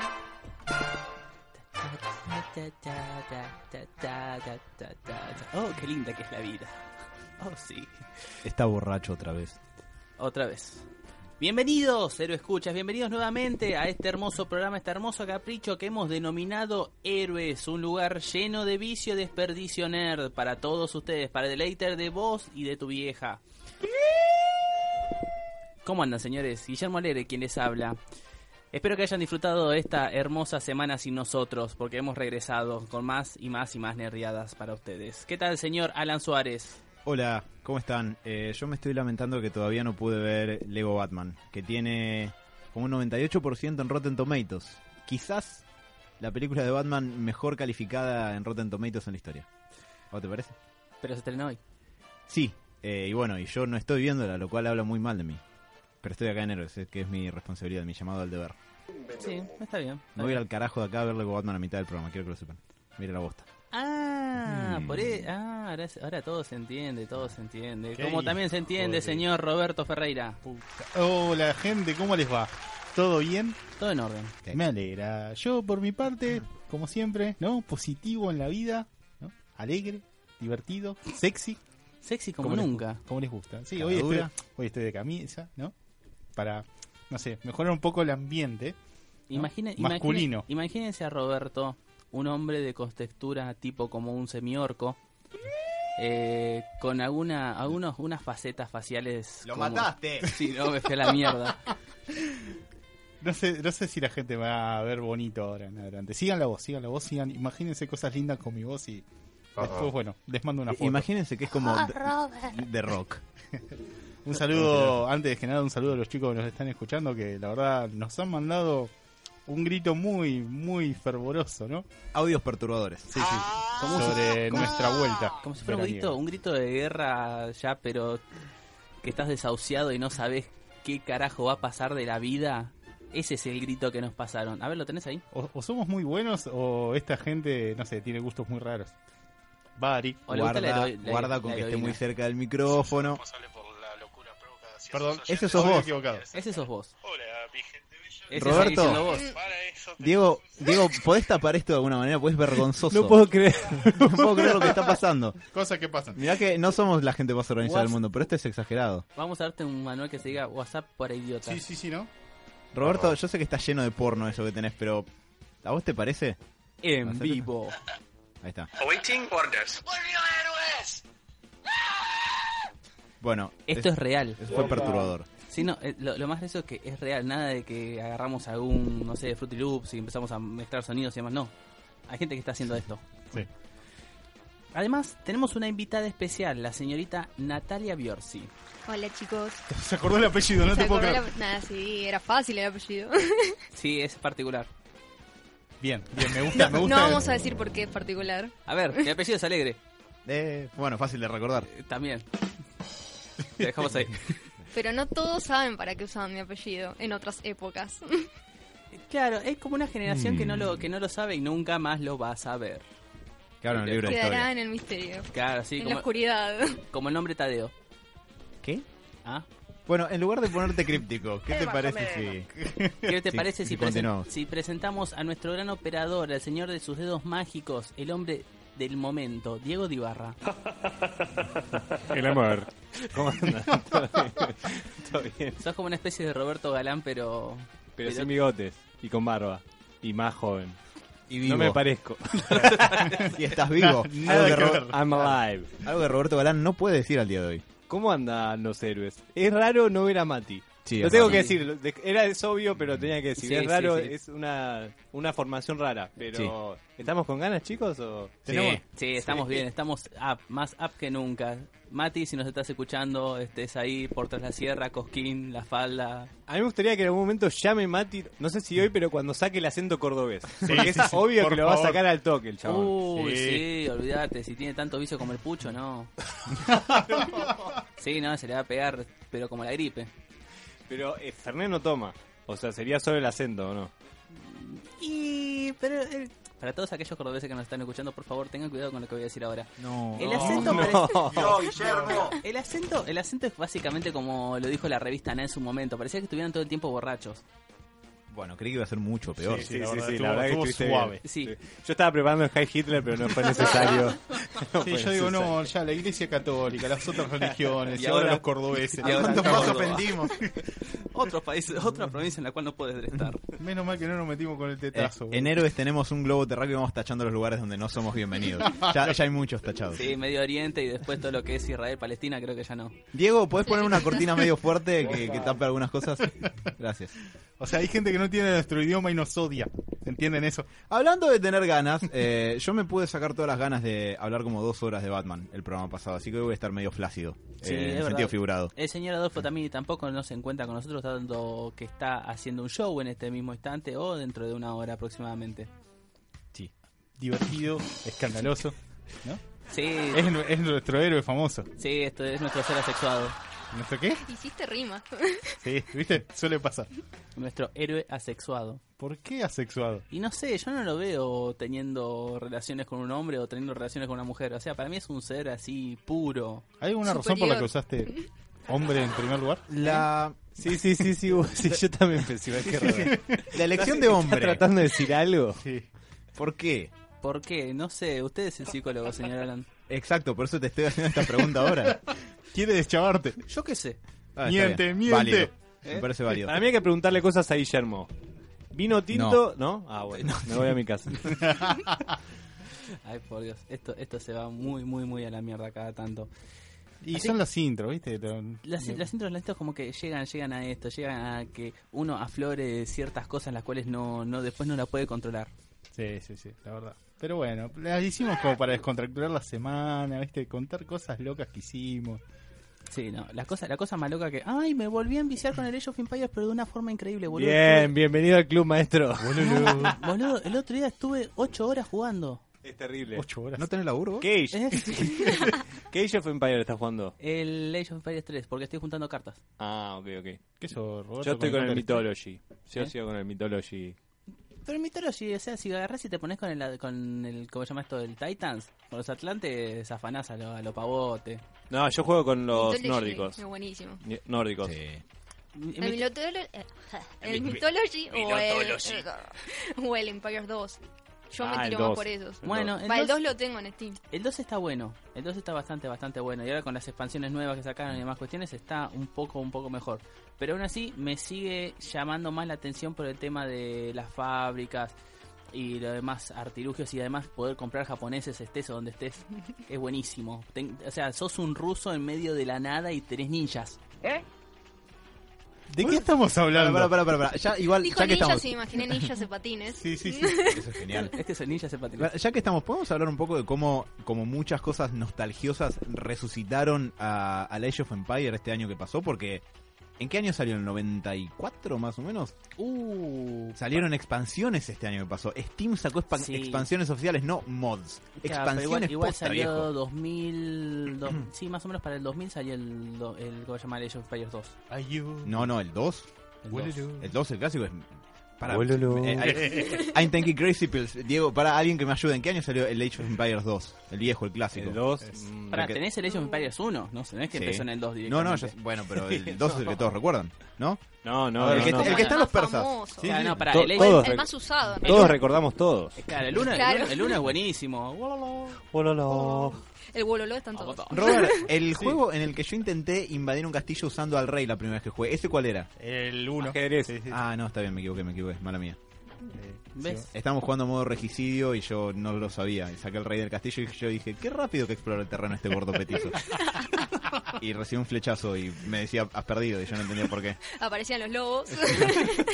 Oh, qué linda que es la vida. Oh, sí. Está borracho otra vez. Otra vez. Bienvenidos, héroe escuchas, bienvenidos nuevamente a este hermoso programa, este hermoso capricho que hemos denominado Héroes, un lugar lleno de vicio y desperdicio nerd para todos ustedes, para el deleiter de vos y de tu vieja. ¿Cómo andan, señores? Guillermo Lere, quien les habla. Espero que hayan disfrutado esta hermosa semana sin nosotros, porque hemos regresado con más y más y más nerdeadas para ustedes. ¿Qué tal, señor Alan Suárez? Hola, ¿cómo están? Eh, yo me estoy lamentando que todavía no pude ver Lego Batman, que tiene como un 98% en Rotten Tomatoes. Quizás la película de Batman mejor calificada en Rotten Tomatoes en la historia. ¿O te parece? Pero se estrenó hoy. Sí, eh, y bueno, y yo no estoy viéndola, lo cual habla muy mal de mí. Pero estoy acá en Héroes, eh, que es mi responsabilidad, mi llamado al deber. Sí, está bien. está Me voy a ir bien. al carajo de acá a ver Lego Batman a mitad del programa, quiero que lo sepan. Mira la bosta. Ah, Mm. por e- ah, ahora, se- ahora todo se entiende, todo se entiende. Qué Como también se hijo entiende, de- señor Roberto Ferreira. Hola gente, ¿cómo les va? ¿Todo bien? Todo en orden. Sí. Me alegra. Yo por mi parte, como siempre, ¿no? Positivo en la vida, ¿no? Alegre, divertido, sexy. Sexy como les nunca. gu- como les gusta. Sí, Cara hoy estoy, dura. hoy estoy de camisa, ¿no? Para, no sé, mejorar un poco el ambiente. Imagine- imagine- Masculino. imagínense a Roberto, un hombre de contextura tipo como un semiorco, eh, con alguna, algunos, unas facetas faciales. como- Sí, no, me fui a la mierda. No sé, no sé si la gente va a ver bonito ahora en adelante. Sigan la voz, sigan la voz, sigan. Imagínense cosas lindas con mi voz y después, bueno, les mando una foto. Imagínense que es como de, de rock. Un saludo, antes que nada, un saludo a los chicos que nos están escuchando, que la verdad nos han mandado un grito muy, muy fervoroso, ¿no? Audios perturbadores. Sí, sí. Como un- Sobre nuestra vuelta. Como si fuera un grito, veraniega. un grito de guerra ya, pero que estás desahuciado y no sabes qué carajo va a pasar de la vida. Ese es el grito que nos pasaron. A ver, ¿lo tenés ahí? O, o somos muy buenos o esta gente, no sé, tiene gustos muy raros. Bari. O le gusta la Guarda, hero- la- guarda con la que esté heroína. muy cerca del micrófono. responsable por la locura provocada hacia Perdón, sus ese oyentes. sos Audio vos. equivocado. Ese sos vos. Hola, mi gente bella. Ese Roberto. seguís siendo vos. Para eso te- Diego, Diego, ¿podés tapar esto de alguna manera? Pues es vergonzoso. No puedo creer. No puedo creer lo que está pasando. Cosas que pasan. Mirá que no somos la gente más organizada del mundo, pero esto es exagerado. Vamos a darte un manual que se diga WhatsApp para idiotas. Sí, sí, sí, ¿no? Roberto, yo sé que está lleno de porno eso que tenés, pero ¿a vos te parece? En Acércate. vivo. Ahí está. Awaiting orders. ¡Volvió héroes! Bueno, Esto es real. eso fue perturbador. Sí, no, eh, lo, lo más gracioso es que es real. Nada de que agarramos algún, no sé, Fruity Loops y empezamos a mezclar sonidos y demás. No. Hay gente que está haciendo esto. Sí. Además, tenemos una invitada especial, la señorita Natalia Biorsi. Hola chicos. Se acordó el apellido, no Se te puedo acordó creer. la- Nada, sí, era fácil el apellido. Sí, es particular. Bien, bien, me gusta, me No gusta. vamos a decir por qué es particular. A ver, el apellido es Alegre. Eh, bueno, fácil de recordar. Eh, También. Lo dejamos ahí. Pero no todos saben para qué usaban mi apellido en otras épocas. Claro, es como una generación que, no Mm. lo, que no lo sabe y nunca más lo va a saber. Claro, en el libro de Quedará historia. en el misterio. Claro, sí, en la como, oscuridad. como el nombre Tadeo. ¿Qué? ¿Ah? Bueno, en lugar de ponerte críptico, Eh, ¿qué te parece si ¿Qué te Sí, parece sí, si, presen- continuamos. si presentamos a nuestro gran operador, el señor de sus dedos mágicos, el hombre del momento, Diego Dibarra? El amor. ¿Cómo andas? Todo bien. Sos como una especie de Roberto Galán, pero... Pero sin bigotes y con barba. Y más joven. y vivo? No me parezco. y estás vivo. Nada algo, que que Ro- ver. I'm alive. algo que Roberto Galán no puede decir al día de hoy. ¿Cómo andan los héroes? Es raro no ver a Mati. Sí, Lo es tengo raro. que decir, lo- de- era es obvio, pero tenía que decir. Sí, es sí, raro, sí. es una, una formación rara, pero ¿estamos con ganas, chicos? O... Sí, sí, estamos bien, estamos up, más up que nunca. Mati, si nos estás escuchando, estés ahí por tras la sierra, Cosquín, La Falda. A mí me gustaría que en algún momento llame Mati, no sé si hoy, pero cuando saque el acento cordobés. Porque es obvio por que lo va a favor. sacar al toque el chabón. Uy, Sí. sí, olvídate, si tiene tanto vicio como el pucho, no. sí, no, se le va a pegar, pero como la gripe. Pero eh, Fernet no toma. O sea, sería solo el acento, ¿o no? Y, pero, eh, para todos aquellos cordobeses que nos están escuchando, por favor, tengan cuidado con lo que voy a decir ahora. No. El acento no. parece- No, Guillermo. El acento, el acento es básicamente como lo dijo la revista Ana en su momento. Parecía que estuvieran todo el tiempo borrachos. Bueno, creí que iba a ser mucho peor. Eh, Sí, la verdad, estuvo- estuvo estuviste suave. bien. Sí. Yo estaba preparando el High Hitler, pero no fue necesario. No Sí, fue yo digo, necesario. no, ya la iglesia católica, las otras religiones, Y y, ahora, ahora- los cordobeses. y ahora ¿Cuántos más Córdoba. ofendimos? Otros países, otra provincia en la cual no puedes estar. Menos mal que no nos metimos con el Eh, tetazo. boludo. en héroes tenemos un globo terráqueo y vamos tachando los lugares donde no somos bienvenidos. Ya, ya hay muchos tachados. Sí, Medio Oriente y después todo lo que es Israel, Palestina, creo que ya no. Diego, ¿podés poner una cortina medio fuerte que, que tape algunas cosas? Gracias. O sea, hay gente que no tiene nuestro idioma y nos odia. ¿Entienden eso? Hablando de tener ganas, eh, yo me pude sacar todas las ganas de hablar como dos horas de Batman el programa pasado, así que hoy voy a estar medio flácido, Sí, eh, en es sentido verdad. figurado. El señor Adolfo también tampoco no se encuentra con nosotros, dando que está haciendo un show en este mismo instante o dentro de una hora aproximadamente. Divertido, escandaloso. ¿no? Sí, Es, nu- es nuestro héroe famoso. sí, esto es nuestro ser asexuado. ¿Nuestro qué? Hiciste rima. Sí, ¿viste? Suele pasar. Nuestro héroe asexuado. ¿Por qué asexuado? Y no sé, yo no lo veo teniendo relaciones con un hombre o teniendo relaciones con una mujer. O sea, para mí es un ser así puro. ¿Hay alguna razón por la que Superior. usaste hombre en primer lugar? La, Sí, sí, sí, sí, vos- sí, yo también pensé. igual que Robert. la elección de ¿Estás hombre, tratando de decir algo? Sí. ¿por qué? ¿Por qué? No sé, usted es el psicólogo, señor Alan. Exacto, por eso te estoy haciendo esta pregunta ahora. Quiere deschavarte. Yo qué sé. Ah, está Miente, bien. miente. Válido. ¿Eh? Me parece válido. Para mí hay que preguntarle cosas a Guillermo. ¿Vino tinto? ¿No? Ah, bueno, me voy a mi casa. Ay, por Dios, esto, esto se va muy, muy, muy a la mierda cada tanto. Y son las intros, ¿viste? Lo- Las, lo- las intros lentas como que llegan, llegan a esto, llegan a que uno aflore ciertas cosas las cuales no, no después no la puede controlar. Sí, sí, sí, la verdad. Pero bueno, las hicimos como para descontracturar la semana, ¿viste? Contar cosas locas que hicimos. Sí, no, la cosa, la cosa más loca que, ay, me volví a enviciar con el Age of Empires, pero de una forma increíble, boludo. Bien, bienvenido al club, maestro. Estuve- boludo, el otro día estuve 8 horas jugando. Es terrible. Ocho horas. ¿No tenés laburo vos? ¿Eh? Cage, Es- Cage of Empire estás jugando. el Age of Empires 3, porque estoy juntando cartas. Ah, ok, ok. ¿Qué eso, Roberto? Yo estoy con el Counter-Strike? Mythology. Yo ¿Eh? sigo con el Mythology. Pero en Mythology, o sea, si agarras y te pones con el, con el, ¿cómo se llama esto? El Titans, con los Atlantes, afanás a lo, a lo pavote. No, yo juego con los Mythology, Es nórdicos. eh, buenísimo. Ni- Nórdicos. Sí. Mi- El, mi- mitolo- eh, el Mythology o el, o el Empires 2. Yo Ah, me el tiro más 2. por esos. Bueno, el Va, el 2 2 lo tengo en Steam. el 2 está bueno, el 2 está bastante, bastante bueno. Y ahora con las expansiones nuevas que sacaron y demás cuestiones está un poco, un poco mejor. Pero aún así me sigue llamando más la atención por el tema de las fábricas y los demás artilugios y además poder comprar japoneses estés o donde estés es buenísimo. Ten- o sea, sos un ruso en medio de la nada y tenés ninjas. ¿De qué estamos hablando? Pará, pará, pará, pará. Ya, igual, Dijo ya que ninjas estamos... y me imaginé ninjas de patines. Sí, sí, sí. Eso es genial. Este es el ninja se Bueno, Ya que estamos, ¿podemos hablar un poco de cómo, como muchas cosas nostalgiosas resucitaron a, a Age of Empire este año que pasó? Porque, ¿en qué año salió? ¿En el 94 más o menos? Uh, Salieron expansiones este año que pasó. Steam sacó expa- Sí. expansiones oficiales, no mods. claro, pero Expansiones igual, igual posta, salió viejo. 2000, do- sí, más o menos para el 2000 salió el, do- el ¿cómo se llama? El Age of Empires 2. No, no, el 2. El Bueno, 2. El 2, el clásico es... Para, Boludo. Mm. eh, hay- I'm Tanky Crazy Pills. Diego, para alguien que me ayude, ¿en qué año salió el Age of Empires 2? El viejo, el clásico. El 2. Pará, que- tenés el Age of Empires 1, no sé, no es que Sí. empezó en el 2 No, directamente. no, ya- bueno, pero el 2 es el que todos recuerdan, ¿no? No, A no, ver, no, que- no. el que está en los más persas. famoso. Claro, no, pará, To- el Age- todos, El rec- más usado. en todos realidad. recordamos todos. eh, claro, el 1 Claro. es buenísimo. Bololo. El Wololo están todos. Robert, el juego en el que yo intenté invadir un castillo usando al rey la primera vez que jugué, ¿ese cuál era? El 1. Ajedrez. Ah, no, está bien, me equivoqué, me equivoqué, mala mía. Eh, ¿Ves? sí, Estamos jugando modo regicidio y yo no lo sabía. Y saqué el rey del castillo y yo dije, qué rápido que explora el terreno este gordo petizo. y recibí un flechazo y me decía, has perdido, y yo no entendía por qué. Aparecían los lobos.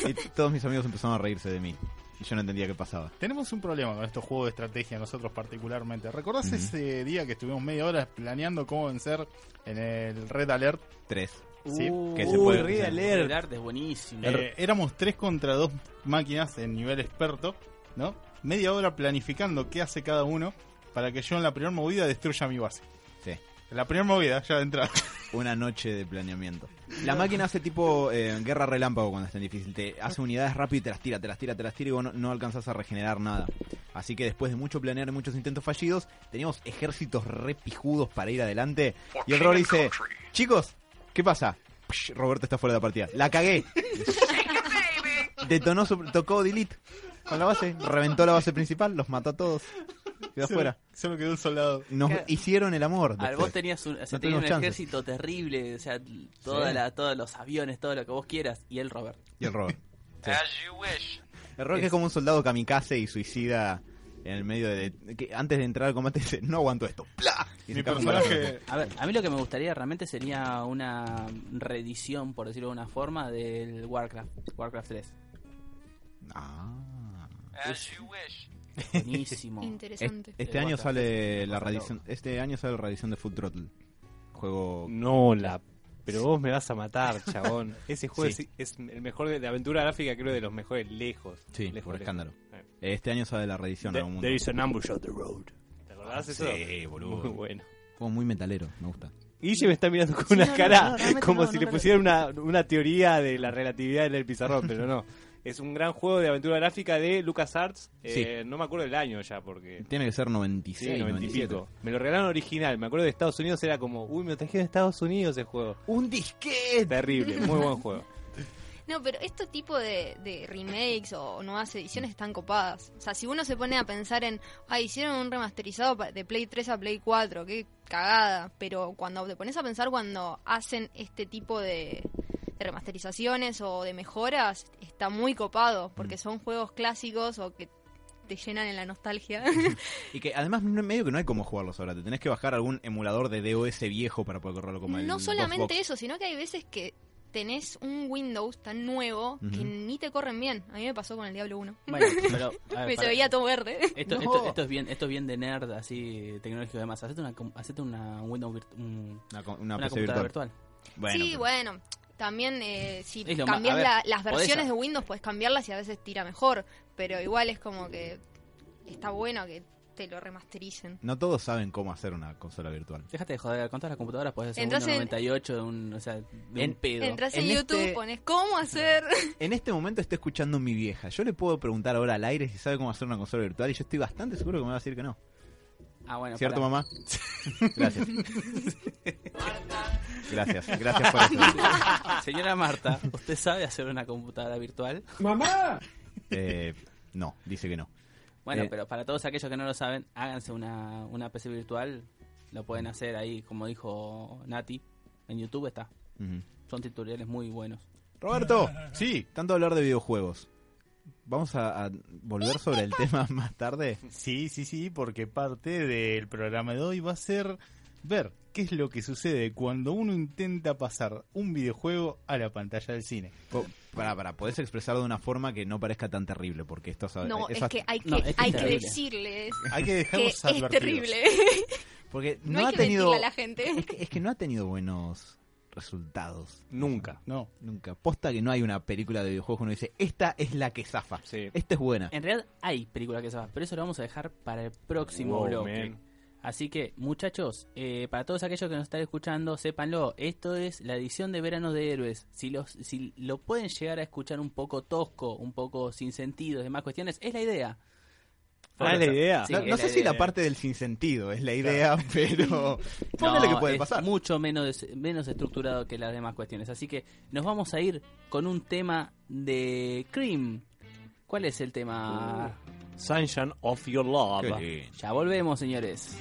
Y todos mis amigos empezaron a reírse de mí. Y yo no entendía qué pasaba. Tenemos un problema con estos juegos de estrategia, nosotros particularmente. ¿Recordás Ujú. ese día que estuvimos media hora planeando cómo vencer en el Red Alert? Tres. Uh, Sí, que se puede- Red Alert. El arte es buenísimo. Eh, éramos tres contra dos máquinas en nivel experto, ¿no? Media hora planificando qué hace cada uno para que yo en la primera movida destruya mi base. Sí. En la primera movida, ya de entrada. Una noche de planeamiento. La máquina hace tipo eh, guerra relámpago cuando está en difícil. Te hace unidades rápido y te las tira, te las tira, te las tira y vos no, no alcanzás a regenerar nada. Así que después de mucho planear y muchos intentos fallidos, teníamos ejércitos repijudos para ir adelante. Y el rol dice, chicos, ¿qué pasa? Psh, Roberto está fuera de la partida. La cagué. Detonó, su- tocó delete con la base. Reventó la base principal, los mató a todos. Quedó fuera. Solo quedó un soldado. Nos Claro. hicieron el amor. Al después. vos tenías un, o sea, tenías No tuvimos un chances. ejército terrible, o sea, toda Sí. la, todos los aviones, todo lo que vos quieras, y el Robert. Y el Robert. As you wish. El Rock es como un soldado kamikaze y suicida en el medio de... que antes de entrar al combate dice, no aguanto esto. ¡Pla! Y Mi se cambia. personaje. A ver, a mí lo que me gustaría realmente sería una reedición, por decirlo de una forma, del Warcraft, Warcraft 3. Ah. As you wish. Buenísimo. Interesante. Es- Este El año Warcraft sale es la una cosa radiación Este año sale la radiación de Full Throttle. Juego... No, la. Pero vos me vas a matar, chabón. Ese juego Sí. es, es el mejor de, de aventura gráfica, creo, de los mejores lejos. Sí, lejos, por escándalo. Eh. Este año sale la redición The- a un mundo. there is an ambush on the road. ¿Te acordás eso? Sí, boludo. Muy bueno. Juego muy metalero, me gusta. Guille me está mirando con Sí, una no, no, cara no, realmente como no, si no le me- pusieran una, una teoría de la relatividad en el pizarrón, pero no. Es un gran juego de aventura gráfica de LucasArts. Eh, No me acuerdo del año ya, porque. Tiene que ser 96, Sí, 97. 95. Me lo regalaron original. Me acuerdo de Estados Unidos, era como, uy, me lo trajeron de Estados Unidos el juego. ¡Un disquete! Terrible, muy buen juego. No, pero este tipo de, de remakes o nuevas ediciones están copadas. O sea, si uno se pone a pensar en, ah, hicieron un remasterizado pa- de Play 3 a Play 4, qué cagada. Pero cuando te pones a pensar cuando hacen este tipo de, de remasterizaciones o de mejoras, está muy copado, Mm. porque son juegos clásicos o que te llenan en la nostalgia. Y que además no- medio que no hay cómo jugarlos ahora. Te tenés que bajar algún emulador de DOS viejo para poder correrlo como el no solamente Boxbox. eso, sino que hay veces que tenés un Windows tan nuevo que Ujú. ni te corren bien. A mí me pasó con el Diablo 1. Bueno, pero. a ver, Me se para- veía todo verde. Esto, No. esto, esto es bien, esto es bien de nerd, así tecnológico y demás. Hacete una, com- hacete una Windows virtu- un- Una, co- una una PC computadora virtual. virtual. sí, pero- bueno. También eh, si Es lo ma- cambias a ver, la- las podés versiones a- de Windows, puedes cambiarlas y a veces tira mejor. Pero igual es como que está bueno que te lo remastericen. No todos saben cómo hacer una consola virtual. Déjate de joder, con todas las computadoras puedes hacer Entras un en- 98 de un, o sea, de En- un pedo. Entras en, En YouTube, este- pones cómo hacer. En este momento estoy escuchando a mi vieja. Yo le puedo preguntar ahora al aire si sabe cómo hacer una consola virtual y yo estoy bastante seguro que me va a decir que no. Ah, bueno, ¿Cierto, pará. mamá? Gracias. Gracias, gracias por eso. Señora Marta, ¿usted sabe hacer una computadora virtual? Eh, no, dice que no. Bueno, Eh. pero para todos aquellos que no lo saben, háganse una, una PC virtual. Lo pueden hacer ahí, como dijo Nati. En YouTube está. Ujú. Son tutoriales muy buenos. Roberto, Sí, tanto hablar de videojuegos. Vamos a, a volver sobre el tema más tarde. Sí, sí, sí, porque parte del programa de hoy va a ser ver qué es lo que sucede cuando uno intenta pasar un videojuego a la pantalla del cine. Po- Para, para, podés expresarlo de una forma que no parezca tan terrible, porque esto sabe- eh, No, es esas- que hay que, No, es que es hay que terrible. decirles Hay que que dejarlos es advertidos. terrible. porque No, no, hay ha que tenido mentirle a la gente. es que, es que no ha tenido buenos resultados. Nunca. No, Nunca. Posta que no hay una película de videojuegos que uno dice, esta es la que zafa. Sí. Esta es buena. En realidad hay películas que se van, pero eso lo vamos a dejar para el próximo Wow, bloque. man. Así que, muchachos, eh, para todos aquellos que nos están escuchando, sépanlo, esto es la edición de Verano de Héroes. Si, los, si lo pueden llegar a escuchar un poco tosco, un poco sin sentido, demás cuestiones, es la idea. Ah, es la idea. Sí, no es no sé si la idea. parte del sinsentido es la idea, pero ponele No, que puede es pasar. mucho menos, menos estructurado que las demás cuestiones. Así que nos vamos a ir con un tema de Cream. ¿Cuál es el tema? Uh. Sunshine of Your Love. Qué lindo. Ya volvemos, señores.